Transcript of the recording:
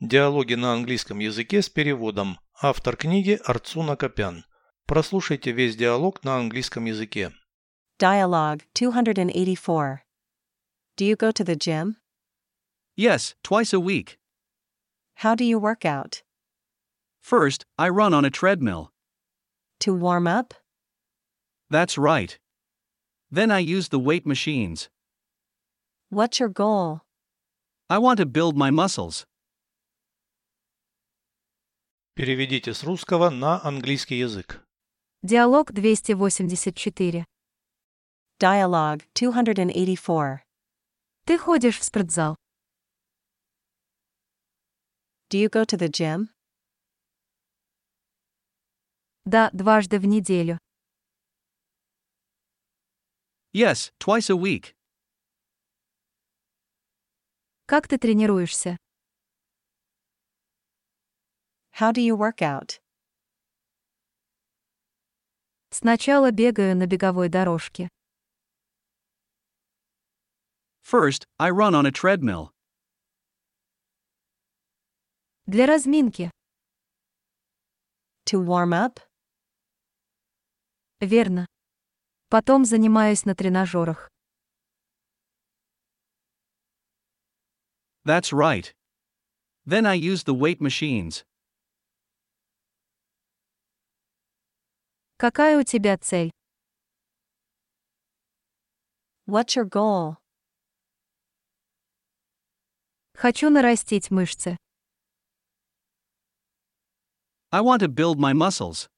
Диалоги на английском языке с переводом. Автор книги Арцуна Копян. Прослушайте весь диалог на английском языке. Dialogue 284. Do you go to the gym? Yes, twice a week. How do you work out? First, I run on a treadmill. To warm up? That's right. Then I use the weight machines. What's your goal? I want to build my muscles. Переведите с русского на английский язык. Диалог 284. Dialogue 284. Ты ходишь в спортзал. Do you go to the gym? Да, дважды в неделю. Yes, twice a week. Как ты тренируешься? How do you work out? Сначала бегаю на беговой дорожке. First, I run on a treadmill. Для разминки. To warm up? Верно. Потом занимаюсь на тренажерах. That's right. Then I use the weight machines. Какая у тебя цель? What's your goal? Хочу нарастить мышцы. I want to build my muscles.